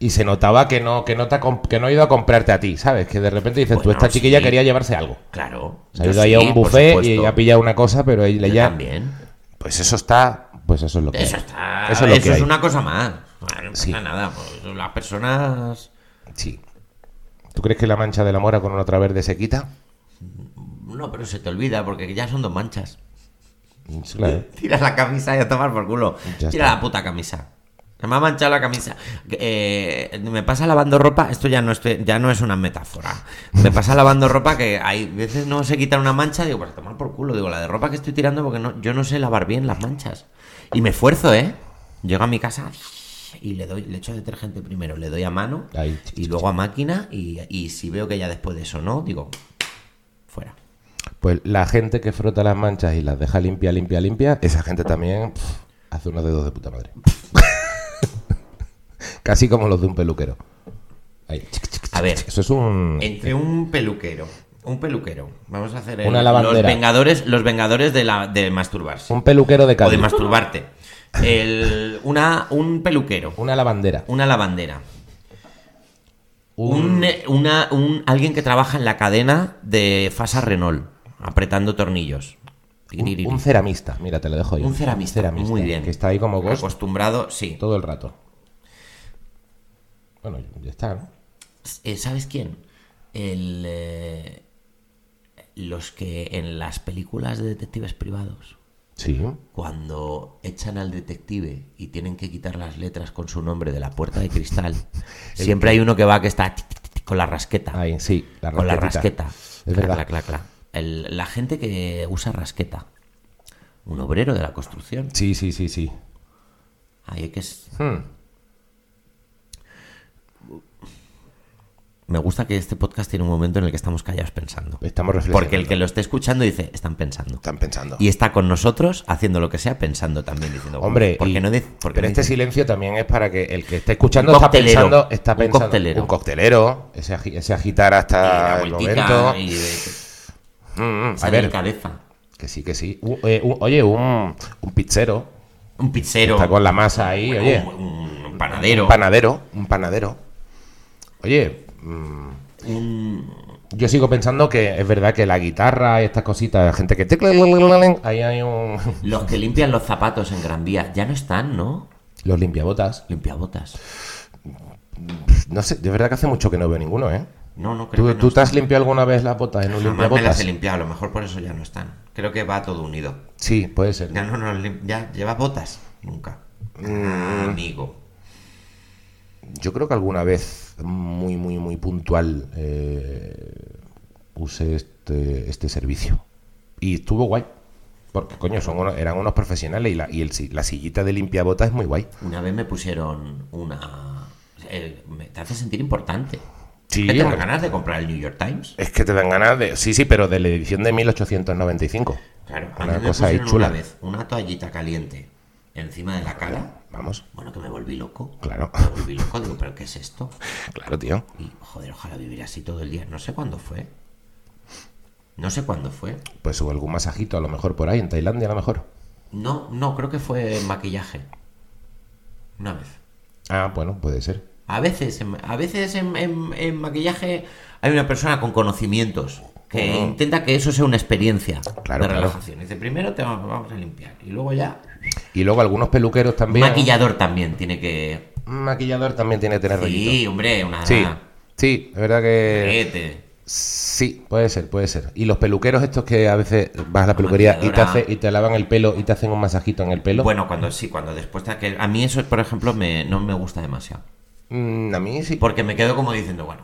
B: Y se notaba que no, que no, te ha comp- que no he ido a comprarte a ti, ¿sabes? Que de repente dices, tú,
A: Bueno,
B: esta chiquilla
A: sí.
B: quería llevarse algo.
A: Claro.
B: Se ha
A: yo
B: ido ahí a
A: sí,
B: un
A: por
B: buffet y
A: supuesto.
B: ella ha pillado una cosa, pero ella
A: Yo
B: ya.
A: también.
B: Pues eso está. Pues eso es lo que.
A: Eso
B: hay.
A: está.
B: Eso es lo que hay.
A: una cosa más. Bueno, no
B: Sí.
A: pasa nada. pues, las personas.
B: Sí. ¿Tú crees que la mancha de la mora con una otra verde se quita?
A: No, pero se te olvida porque ya son dos manchas.
B: Sí, claro.
A: Tira la camisa y a tomar por culo.
B: Ya
A: Tira
B: está.
A: la puta camisa. Se me ha manchado la camisa. Eh, me pasa lavando ropa, esto ya no, estoy, ya no es una metáfora. Me pasa lavando ropa que hay veces no se quita una mancha, digo, pues a tomar por culo. Digo, la de ropa que estoy tirando porque no, yo no sé lavar bien las manchas. Y me esfuerzo, ¿eh? Llego a mi casa y le doy, le echo detergente primero, le doy a mano
B: Ahí.
A: y luego a máquina y, y si veo que ya después de eso no, digo, fuera.
B: Pues la gente que frota las manchas y las deja limpia, limpia, limpia, esa gente también pf, hace unos dedos de puta madre. Casi como los de un peluquero. Ahí.
A: A ver,
B: Eso es un.
A: entre un peluquero, un peluquero, vamos a hacer el-
B: Una
A: los
B: lavandera.
A: vengadores, los vengadores de la de masturbarse
B: Un peluquero de
A: o de
B: Cádiz.
A: masturbarte. El- una un peluquero,
B: Una lavandera.
A: una lavandera,
B: Un-
A: un, una un alguien que trabaja en la cadena de Fasa Renault apretando tornillos.
B: Un, un ceramista. Mira, te lo dejo yo.
A: Un ceramista, muy bien.
B: Que está ahí como ghost
A: acostumbrado, sí.
B: todo el rato. Bueno, ya está, ¿no?
A: Eh, ¿Sabes quién? El, eh, los que en las películas de detectives privados,
B: Sí.
A: cuando echan al detective y tienen que quitar las letras con su nombre de la puerta de cristal, siempre hay uno que va que está tic, tic, tic, con la rasqueta.
B: Ahí, sí. La
A: con la
B: rasquetita.
A: rasqueta.
B: Es
A: Cla,
B: verdad.
A: cla, cla, cla. El- la gente que usa rasqueta. Un obrero de la construcción.
B: Sí, sí, sí, sí.
A: Ahí que es-
B: Hmm.
A: Me gusta que este podcast tiene un momento en el que estamos callados pensando.
B: Estamos reflexionando.
A: Porque el que lo esté escuchando dice, están pensando.
B: Están pensando.
A: Y está con nosotros haciendo lo que sea, pensando también, diciendo,
B: Hombre,
A: ¿por qué
B: y-
A: no dice? por qué
B: pero
A: no
B: este
A: dice?".
B: silencio también es para que el que está escuchando
A: Un
B: está
A: coctelero,
B: pensando, está
A: un
B: pensando
A: coctelero.
B: un coctelero, ese, agi- ese agitar
A: Y
B: hasta
A: da
B: el
A: vueltica,
B: momento.
A: y, eh,
B: Mm, mm, a
A: sale de
B: ver,
A: cabeza.
B: que sí, que sí. Un- eh, un- oye, un, un pizzero
A: Un pizzero.
B: está con la masa ahí,
A: un,
B: oye.
A: un- un panadero.
B: Un panadero, un panadero. Oye, mm,
A: un-
B: yo sigo pensando que es verdad que la guitarra y estas cositas, la gente que tecla, ahí hay un
A: los que limpian los zapatos en Gran Vía. Ya no están, ¿no?
B: los limpiabotas.
A: Limpiabotas.
B: No sé, de verdad que hace mucho que no veo ninguno, ¿eh?
A: No, no creo
B: ¿Tú,
A: que no
B: tú te
A: están.
B: has limpiado alguna vez las botas en un
A: Jamás me las
B: limpiabotas?
A: he limpiado, a lo mejor por eso ya no están. Creo que va todo unido.
B: Sí, puede ser.
A: Ya no, no, lim- ya lleva botas. Nunca.
B: Mm.
A: Ah, Amigo.
B: Yo creo que alguna vez, muy, muy, muy puntual, eh, usé este, este servicio. Y estuvo guay. Porque, coño, son unos- eran unos profesionales y, la, y el si- la sillita de limpiabotas es muy guay.
A: Una vez me pusieron una. eh, me- te hace sentir importante.
B: Sí,
A: ¿Qué te dan
B: hombre.
A: ganas de comprar el New York Times?
B: Es que te dan ganas de... Sí, sí, pero de la edición de 1895.
A: Claro, a
B: Una
A: mí me
B: cosa ahí
A: pusieron
B: chula.
A: una vez una toallita caliente encima de la cara.
B: Vamos,
A: Bueno, que me volví loco.
B: Claro.
A: Me volví loco, digo, ¿pero qué es esto?
B: claro, tío.
A: Y joder, ojalá vivir así todo el día. No sé cuándo fue. No sé cuándo fue.
B: Pues hubo algún masajito a lo mejor por ahí, en Tailandia a lo mejor.
A: No, no, creo que fue maquillaje. Una vez.
B: Ah, bueno, puede ser.
A: A veces, en- a veces en, en- en maquillaje hay una persona con conocimientos que
B: Ujú.
A: intenta que eso sea una experiencia
B: Claro,
A: de
B: claro.
A: relajación. Dice, primero te vamos, vamos a limpiar y luego ya...
B: Y luego algunos peluqueros también...
A: Maquillador también tiene que...
B: Un maquillador también tiene que tener rollito.
A: Sí, hombre, una...
B: Sí, sí, es verdad que...
A: Vete.
B: Sí, puede ser, puede ser. Y los peluqueros estos que a veces vas a la peluquería y te,
A: maquilladora.
B: hace, y te lavan el pelo y te hacen un masajito en el pelo.
A: Bueno, cuando sí, cuando después de que... A mí eso, por ejemplo, me, no me gusta demasiado.
B: Mm, a mí sí.
A: Porque me quedo como diciendo, bueno,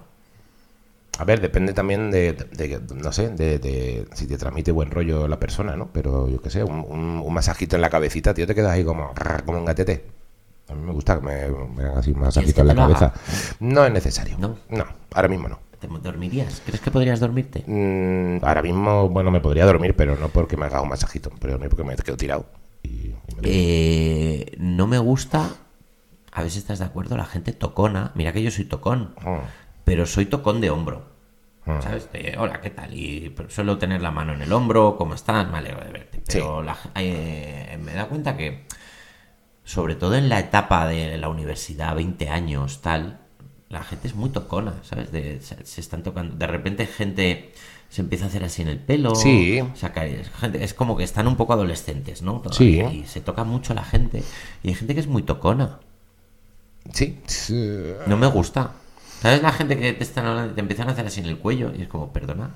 B: A ver, depende también de, de- de- no sé, de, de si te transmite buen rollo la persona, ¿no? Pero yo qué sé, un, un- un masajito en la cabecita, tío, te quedas ahí como, como un gatete. A mí me gusta que me, me hagan así
A: ¿Quieres
B: un masajito
A: que
B: en la
A: te lo haga?
B: cabeza. No es necesario.
A: ¿No?
B: no, ahora mismo no.
A: ¿te dormirías? ¿Crees que podrías dormirte?
B: Mm, ahora mismo, bueno, me podría dormir, pero no porque me haga un masajito, pero no porque me quedo tirado. Y, y me-
A: Eh, no me gusta, a ver si estás de acuerdo, la gente tocona. Mira que yo soy tocón,
B: Mm,
A: pero soy tocón de hombro.
B: mm.
A: ¿Sabes? De, Hola, ¿qué tal? Y pero suelo tener la mano en el hombro, ¿cómo estás? Me alegro de verte. Pero la- eh, me da cuenta que, sobre todo en la etapa de la universidad, 20 años, tal, la gente es muy tocona, ¿sabes? De- se, se están tocando. De repente, gente se empieza a hacer así en el pelo.
B: Sí.
A: saca- es gente, es como que están un poco adolescentes, ¿no?
B: Sí.
A: Y se toca mucho la gente. Y hay gente que es muy tocona.
B: Sí, sí.
A: No me gusta. ¿Sabes la gente que te están hablando y te empiezan a hacer así en el cuello? Y es como, perdona.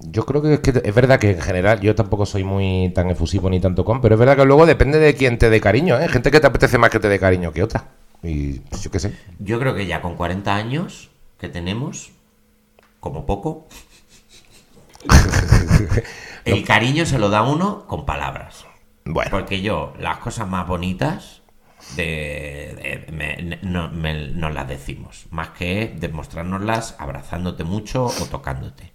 B: Yo creo que es, que es verdad que en general yo tampoco soy muy tan efusivo ni tanto con, pero es verdad que luego depende de quién te dé cariño, ¿eh? Gente que te apetece más que te dé cariño que otra. Y pues, yo qué sé.
A: Yo creo que ya con 40 años que tenemos, como poco, el cariño se lo da uno con palabras.
B: Bueno,
A: Porque yo, las cosas más bonitas, de, de- me- no- me- nos las decimos. Más que demostrárnoslas abrazándote mucho o tocándote.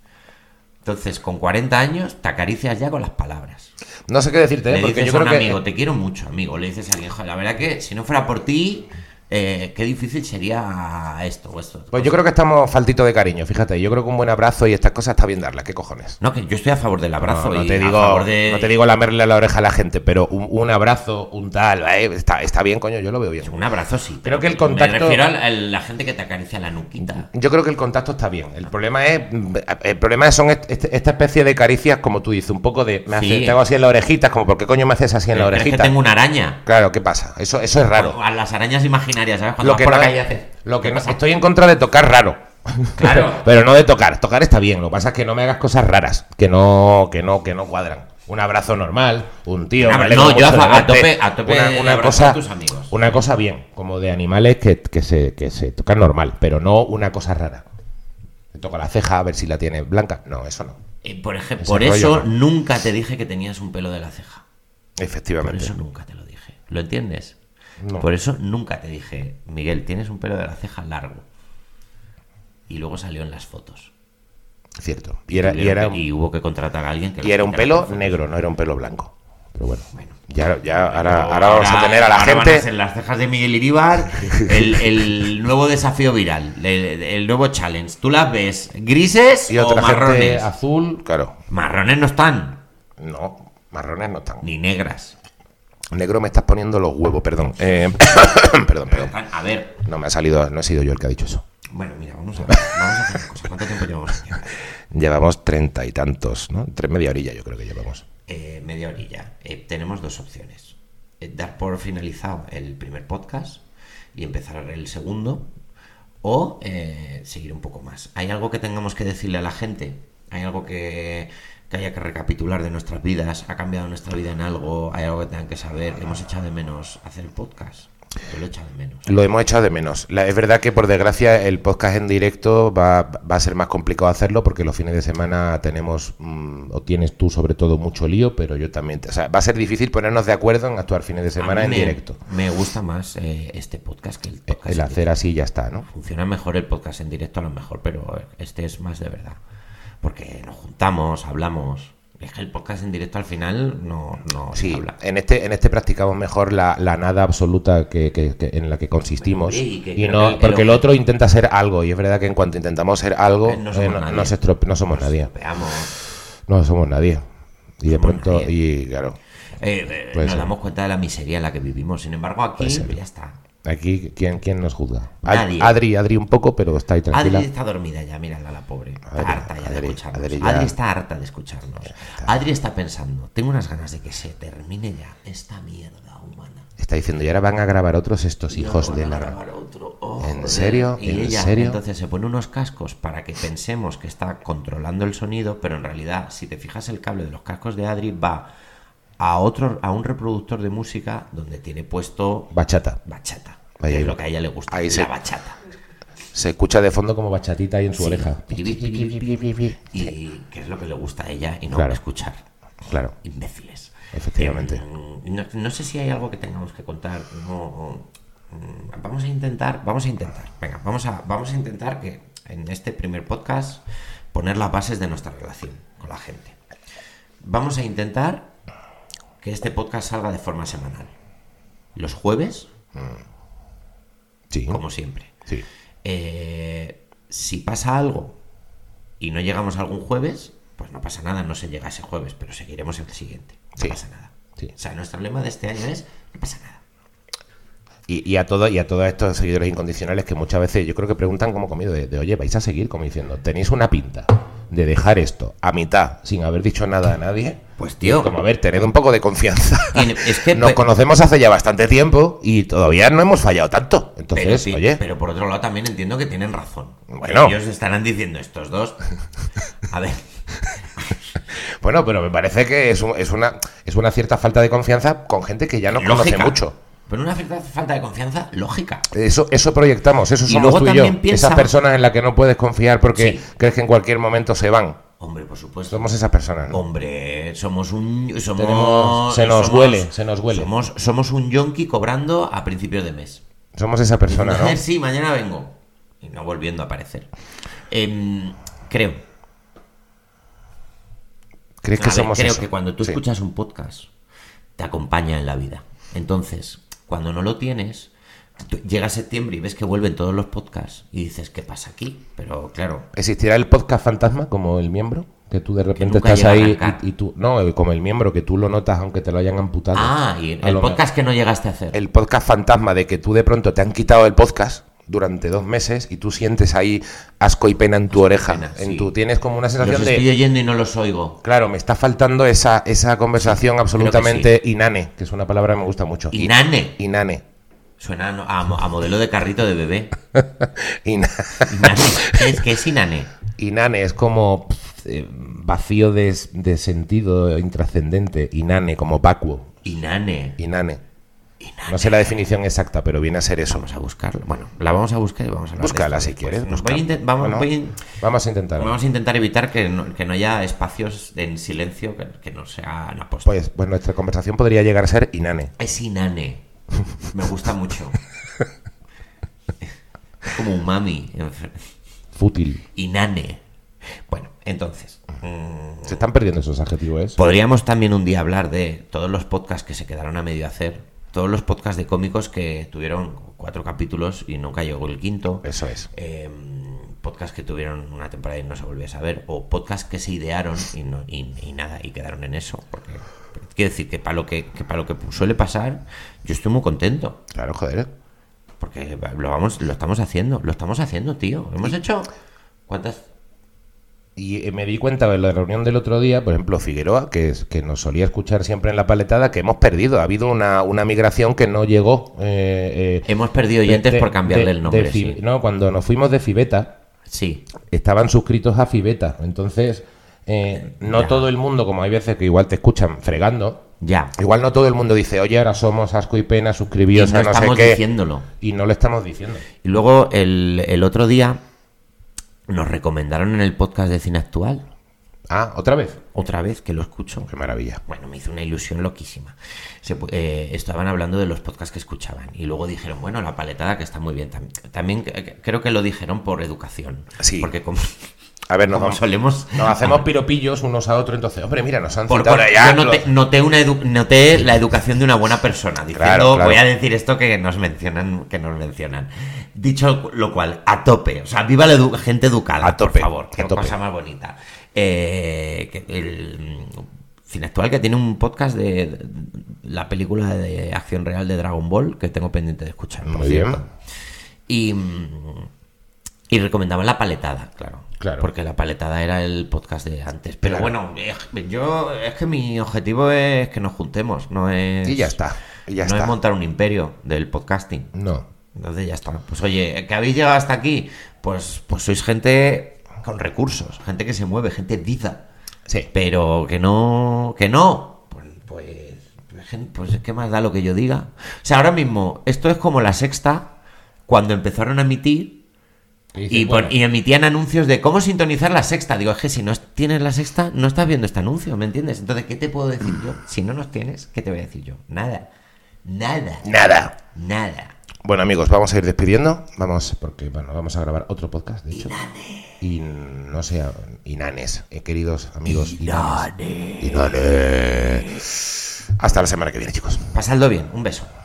A: Entonces, con 40 años, te acaricias ya con las palabras.
B: no sé qué decirte, ¿eh?
A: Le
B: Porque
A: dices
B: yo
A: a
B: creo
A: un
B: que.
A: amigo, te quiero mucho, amigo. Le dices a alguien, "Joder, la verdad que si no fuera por ti, eh, qué difícil sería esto o esto.
B: Pues yo creo que estamos faltito de cariño, fíjate. Yo creo que un buen abrazo y estas cosas está bien darlas, ¿qué cojones?
A: No, que yo estoy a favor del abrazo.
B: No, no
A: y
B: te
A: a
B: digo,
A: favor de-
B: no te digo lamerle la oreja a la gente, pero un, un abrazo, un tal, eh, está, está bien, coño, yo lo veo bien.
A: Un abrazo sí.
B: Creo
A: pero
B: que el contacto-
A: Me refiero a la, a la gente que te acaricia la nuquita.
B: Yo creo que el contacto está bien. El problema es, el problema son est- est- esta especie de caricias, como tú dices, un poco de me
A: Sí.
B: hace- te hago así en las orejitas, como ¿por qué coño me haces así en la
A: Pero es que
B: orejita?
A: tengo una araña.
B: Claro, ¿qué pasa? Eso, eso es raro.
A: O A las arañas imaginarias, ¿sabes? Cuando
B: Lo que,
A: vas por
B: no-
A: la calle haces.
B: lo que
A: ¿Qué
B: no-
A: pasa?
B: estoy en contra de tocar raro.
A: Claro.
B: Pero no de tocar. Tocar está bien. Lo que pasa es que no me hagas cosas raras, que no, que no, que no cuadran. Un abrazo normal, un tío.
A: Ah,
B: me alegro
A: no, yo
B: mucho de
A: a- a
B: verte.
A: tope- a tope de
B: Una, una
A: abrazar
B: cosa,
A: a tus amigos.
B: una cosa bien, como de animales que, que se, que se tocan normal, pero no una cosa rara. Te toco la ceja a ver si la tiene blanca. No, eso no.
A: Eh, por
B: Ese
A: ejemplo, por
B: rollo,
A: eso
B: ¿no?
A: nunca te dije que tenías un pelo de la ceja. Por
B: Efectivamente.
A: eso nunca te lo dije. ¿Lo entiendes?
B: No.
A: Por eso nunca te dije, Miguel, tienes un pelo de la ceja largo. Y luego salió en las fotos.
B: Cierto. Y era, y era,
A: Tuvieron que- y hubo que contratar a alguien que
B: y
A: lo
B: era un
A: quitara
B: pelo
A: por fotos.
B: negro, no era un pelo blanco. Pero bueno.
A: Bueno.
B: Ya, ya ahora, ahora vamos a tener a la
A: ahora van
B: gente.
A: ser las cejas de Miguel Iribar, el, el nuevo desafío viral, el, el nuevo challenge. ¿Tú las ves grises
B: Y
A: o
B: otra gente
A: marrones?
B: azul, claro.
A: Marrones no están,
B: No, marrones no están.
A: ni negras.
B: Negro, me estás poniendo los huevos, perdón. Eh, perdón, perdón.
A: Están- A ver,
B: No me ha salido, no he sido yo el que ha dicho eso.
A: bueno, mira, vamos a, vamos a hacer una cosa. ¿Cuánto tiempo llevamos? aquí?
B: Llevamos treinta y tantos, ¿no? Tres media orilla yo creo que llevamos.
A: Eh, media orilla. Eh, tenemos dos opciones. Eh, dar por finalizado el primer podcast y empezar el segundo o eh, seguir un poco más. ¿Hay algo que tengamos que decirle a la gente? ¿Hay algo que, que haya que recapitular de nuestras vidas? ¿Ha cambiado nuestra vida en algo? ¿Hay algo que tengan que saber? ¿Hemos echado de menos hacer el podcast? Yo lo he echado de menos.
B: Lo hemos echado de menos. La- es verdad que por desgracia el podcast en directo va, va a ser más complicado hacerlo porque los fines de semana tenemos, mm, o tienes tú sobre todo mucho lío, pero yo también. te- o sea, va a ser difícil ponernos de acuerdo en actuar fines de semana
A: A
B: en
A: mí me-
B: directo.
A: Me gusta más eh, este podcast que el podcast.
B: El
A: en
B: hacer así ya está, ¿no?
A: Funciona mejor el podcast en directo a lo mejor, pero este es más de verdad. Porque nos juntamos, hablamos. Es que el podcast en directo al final no, Pues no se
B: Sí,
A: habla.
B: en este, en este practicamos mejor la, la nada absoluta que, que- que- en la que consistimos.
A: Sí, que creo
B: y
A: que
B: no,
A: el-
B: porque el
A: el-
B: otro intenta ser algo, y es verdad que en cuanto intentamos ser algo,
A: Eh, no
B: eh,
A: somos
B: no,
A: nadie.
B: nos estrope- no somos nadie.
A: Veamos.
B: No somos nadie. Y de
A: Somos
B: pronto,
A: nadie.
B: y claro,
A: Eh, eh,
B: Puede
A: nos
B: ser.
A: damos cuenta de la miseria en la que vivimos. Sin embargo, aquí
B: Puede ser.
A: ya está.
B: aquí, ¿quién, quién nos juzga? Ad-
A: Nadie.
B: Adri, Adri un poco, pero está ahí tranquila.
A: Adri está dormida ya, mírala, la pobre. Está
B: Adri,
A: harta ya
B: Adri,
A: de escucharnos.
B: Adri
A: Adri,
B: ya-
A: está harta de escucharnos. Adri está pensando, tengo unas ganas de que se termine ya esta mierda humana.
B: Está diciendo, y ahora van a grabar otros estos
A: Y
B: hijos
A: ahora
B: de
A: van a
B: la...
A: grabar otro. Oh,
B: ¿En
A: joder.
B: serio?
A: Y
B: ¿En
A: ella
B: serio?
A: entonces se pone unos cascos para que pensemos que está controlando el sonido, pero en realidad, si te fijas el cable de los cascos de Adri va a otro a un reproductor de música donde tiene puesto
B: Bachata.
A: bachata.
B: Ahí
A: que es
B: va.
A: lo que a ella le gusta,
B: Ahí
A: la
B: sí.
A: bachata.
B: Se escucha de fondo como bachatita ahí en su
A: Sí.
B: oreja.
A: Piri, piri, piri, Y que es lo que le gusta a ella y no
B: Claro.
A: escuchar
B: Claro.
A: imbéciles.
B: Efectivamente.
A: Eh, no, no sé si hay algo que tengamos que contar. no, mm, vamos a intentar, vamos a intentar. Venga, vamos a, vamos a intentar que en este primer podcast poner las bases de nuestra relación con la gente. Vamos a intentar que este podcast salga de forma semanal. Los jueves,
B: Sí.
A: como siempre.
B: Sí.
A: Eh, si pasa algo y no llegamos a algún jueves, pues no pasa nada, no se llega ese jueves, pero seguiremos el siguiente. No
B: Sí.
A: pasa nada.
B: Sí.
A: O sea, nuestro lema de este año es no pasa nada.
B: Y, y a todo, y a todos estos seguidores incondicionales que muchas veces yo creo que preguntan como comido de, de, oye, vais a seguir como diciendo, tenéis una pinta de dejar esto a mitad sin haber dicho nada a nadie.
A: Pues, tío.
B: Como a ver, tened un poco de confianza.
A: Tiene- es que-
B: Nos
A: pe-
B: conocemos hace ya bastante tiempo y todavía no hemos fallado tanto. Entonces,
A: Pero, sí,
B: Pues oye,
A: pero por otro lado también entiendo que tienen razón.
B: Bueno.
A: Ellos estarán diciendo estos dos. A ver,
B: bueno, pero me parece que es, un- es una, es una cierta falta de confianza con gente que ya nos
A: lógica.
B: conoce mucho.
A: Pero una cierta falta de confianza lógica.
B: Eso, eso proyectamos, eso
A: Y
B: somos
A: luego
B: tú y yo.
A: también piensa-
B: Esas personas en las que no puedes confiar porque
A: Sí.
B: crees que en cualquier momento se van.
A: Hombre, por supuesto.
B: Somos esas personas, ¿no?
A: Hombre, somos un. Somos,
B: Tenemos- se nos
A: somos-
B: huele, se nos huele.
A: Somos, somos un yonki cobrando a principios de mes.
B: Somos esa persona,
A: Diciendo,
B: ¿no?
A: "Ayer sí, mañana vengo. Y no volviendo a aparecer. Em, creo.
B: ¿Crees
A: A
B: que
A: ver,
B: somos
A: creo
B: eso?
A: que cuando tú
B: Sí.
A: escuchas un podcast, te acompaña en la vida. Entonces, cuando no lo tienes, Tú- Llega septiembre y ves que vuelven todos los podcasts y dices, ¿qué pasa aquí? Pero claro,
B: ¿Existirá el podcast fantasma como el miembro? Que tú de repente
A: nunca
B: estás
A: llega a
B: ahí
A: arrancar.
B: y, y tú... No, el- como el miembro, que tú lo notas aunque te lo hayan amputado.
A: Ah, y
B: A
A: el
B: lo
A: podcast que no llegaste a hacer.
B: el podcast fantasma de que tú de pronto te han quitado el podcast durante dos meses y tú sientes ahí asco y pena en tu oreja.
A: pena,
B: en
A: sí.
B: tu, tienes como una
A: Los
B: sensación
A: estoy
B: de...
A: oyendo y no los oigo.
B: Claro, me está faltando esa, esa conversación absolutamente inane, que es una palabra que me gusta mucho.
A: Y Nane.
B: Inane.
A: Suena a no- a, mo- a modelo de carrito de bebé.
B: Ina-
A: Inane. ¿Sabes qué es Inane?
B: Inane es como pff, eh, vacío de, de sentido, intrascendente. Inane, como vacuo.
A: Inane.
B: Inane.
A: Inane.
B: No sé la definición exacta, pero viene a ser eso.
A: Vamos a buscarla. Bueno, la vamos a buscar y vamos a hablar de
B: Búscala
A: esto
B: si
A: después.
B: quieres.
A: Nos
B: búscala.
A: voy a inten- vamos,
B: Bueno,
A: voy a in-
B: vamos a intentarlo.
A: vamos a intentar evitar que no, que no haya espacios en silencio que, que no sean aposta.
B: Pues, pues nuestra conversación podría llegar a ser inane.
A: Es Inane. Me gusta mucho. Es como un mami.
B: Fútil.
A: Inane. Bueno, entonces. mm,
B: Se están perdiendo esos adjetivos. ¿eh?
A: Podríamos también un día hablar de todos los podcasts que se quedaron a medio hacer, todos los podcasts de cómicos que tuvieron cuatro capítulos y nunca llegó el quinto,
B: Eso es.
A: eh, podcasts que tuvieron una temporada y no se volvió a saber, o podcasts que se idearon y, no- y- y nada, y quedaron en eso. Porque, quiero decir que para lo que, que para lo que suele pasar, yo estoy muy contento.
B: Claro, joder. ¿eh?
A: Porque lo vamos, lo estamos haciendo, lo estamos haciendo, tío. Hemos hecho cuántas
B: Y eh, me di cuenta en la reunión del otro día, por ejemplo, Figueroa, que, es- que nos solía escuchar siempre en la paletada, que hemos perdido. Ha habido una, una migración que no llegó. eh, eh,
A: hemos perdido
B: de-
A: oyentes
B: de-
A: por cambiarle
B: de-
A: el nombre.
B: de Fi-
A: sí.
B: No, cuando nos fuimos de Fibeta,
A: sí.
B: estaban suscritos a Fibeta. Entonces, eh, no
A: Ya.
B: todo el mundo, como hay veces que igual te escuchan fregando,
A: Ya.
B: igual no todo el mundo dice, oye, ahora somos asco y pena,
A: Y
B: suscribíos
A: no
B: a no sé
A: estamos
B: qué.
A: diciéndolo.
B: Y no lo estamos diciendo.
A: Y luego el, el otro día nos recomendaron en el podcast de Cine Actual,
B: Ah, otra vez.
A: otra vez que lo escucho.
B: Qué maravilla.
A: Bueno, me hizo una ilusión loquísima. Se pu- eh, estaban hablando de los podcasts que escuchaban y luego dijeron, bueno, la paletada que está muy bien. Tam- También, eh, creo que lo dijeron por educación.
B: Sí.
A: Porque como,
B: A ver, nos,
A: como
B: vamos-
A: solemos...
B: nos hacemos piropillos unos a otros, entonces, hombre, mira, nos han
A: Por-
B: citado
A: por-
B: ya,
A: yo noté,
B: los-
A: noté una edu- noté la educación de una buena persona diciendo
B: Claro, claro.
A: voy a decir esto que nos mencionan que nos mencionan dicho lo cual a tope o sea viva la edu- gente educada
B: A tope,
A: por favor qué
B: a tope.
A: cosa más bonita Eh, que el Cine Actual que tiene un podcast de de- la película de acción real de Dragon Ball que tengo pendiente de escuchar por
B: Muy bien.
A: cierto. y mm, y recomendaban la paletada, claro.
B: Claro.
A: Porque la paletada era el podcast de antes. Pero
B: Claro.
A: bueno, eh, yo es que mi objetivo es que nos juntemos, no es.
B: Y ya está. Y ya
A: no
B: está.
A: es montar un imperio del podcasting.
B: No.
A: Entonces ya está. Pues oye, que habéis llegado hasta aquí, pues, pues sois gente con recursos, gente que se mueve, gente diza.
B: Sí.
A: Pero que no, que no. Pues, pues, gen- pues qué más da lo que yo diga. O sea, ahora mismo, esto es como la sexta, cuando empezaron a emitir,
B: Y dices,
A: y, pon-
B: bueno,
A: y emitían anuncios de cómo sintonizar la sexta. Digo, es que si no es- tienes la sexta, no estás viendo este anuncio, ¿me entiendes? Entonces, ¿qué te puedo decir yo? Si no nos tienes, ¿qué te voy a decir yo? Nada. Nada.
B: Nada.
A: Nada.
B: Bueno, amigos, vamos a ir despidiendo. Vamos, porque bueno, vamos a grabar otro podcast, de hecho. Y no sé, inanes, eh, queridos amigos. Inanes. Inanes. Hasta la semana que viene, chicos.
A: Pasadlo bien. Un beso.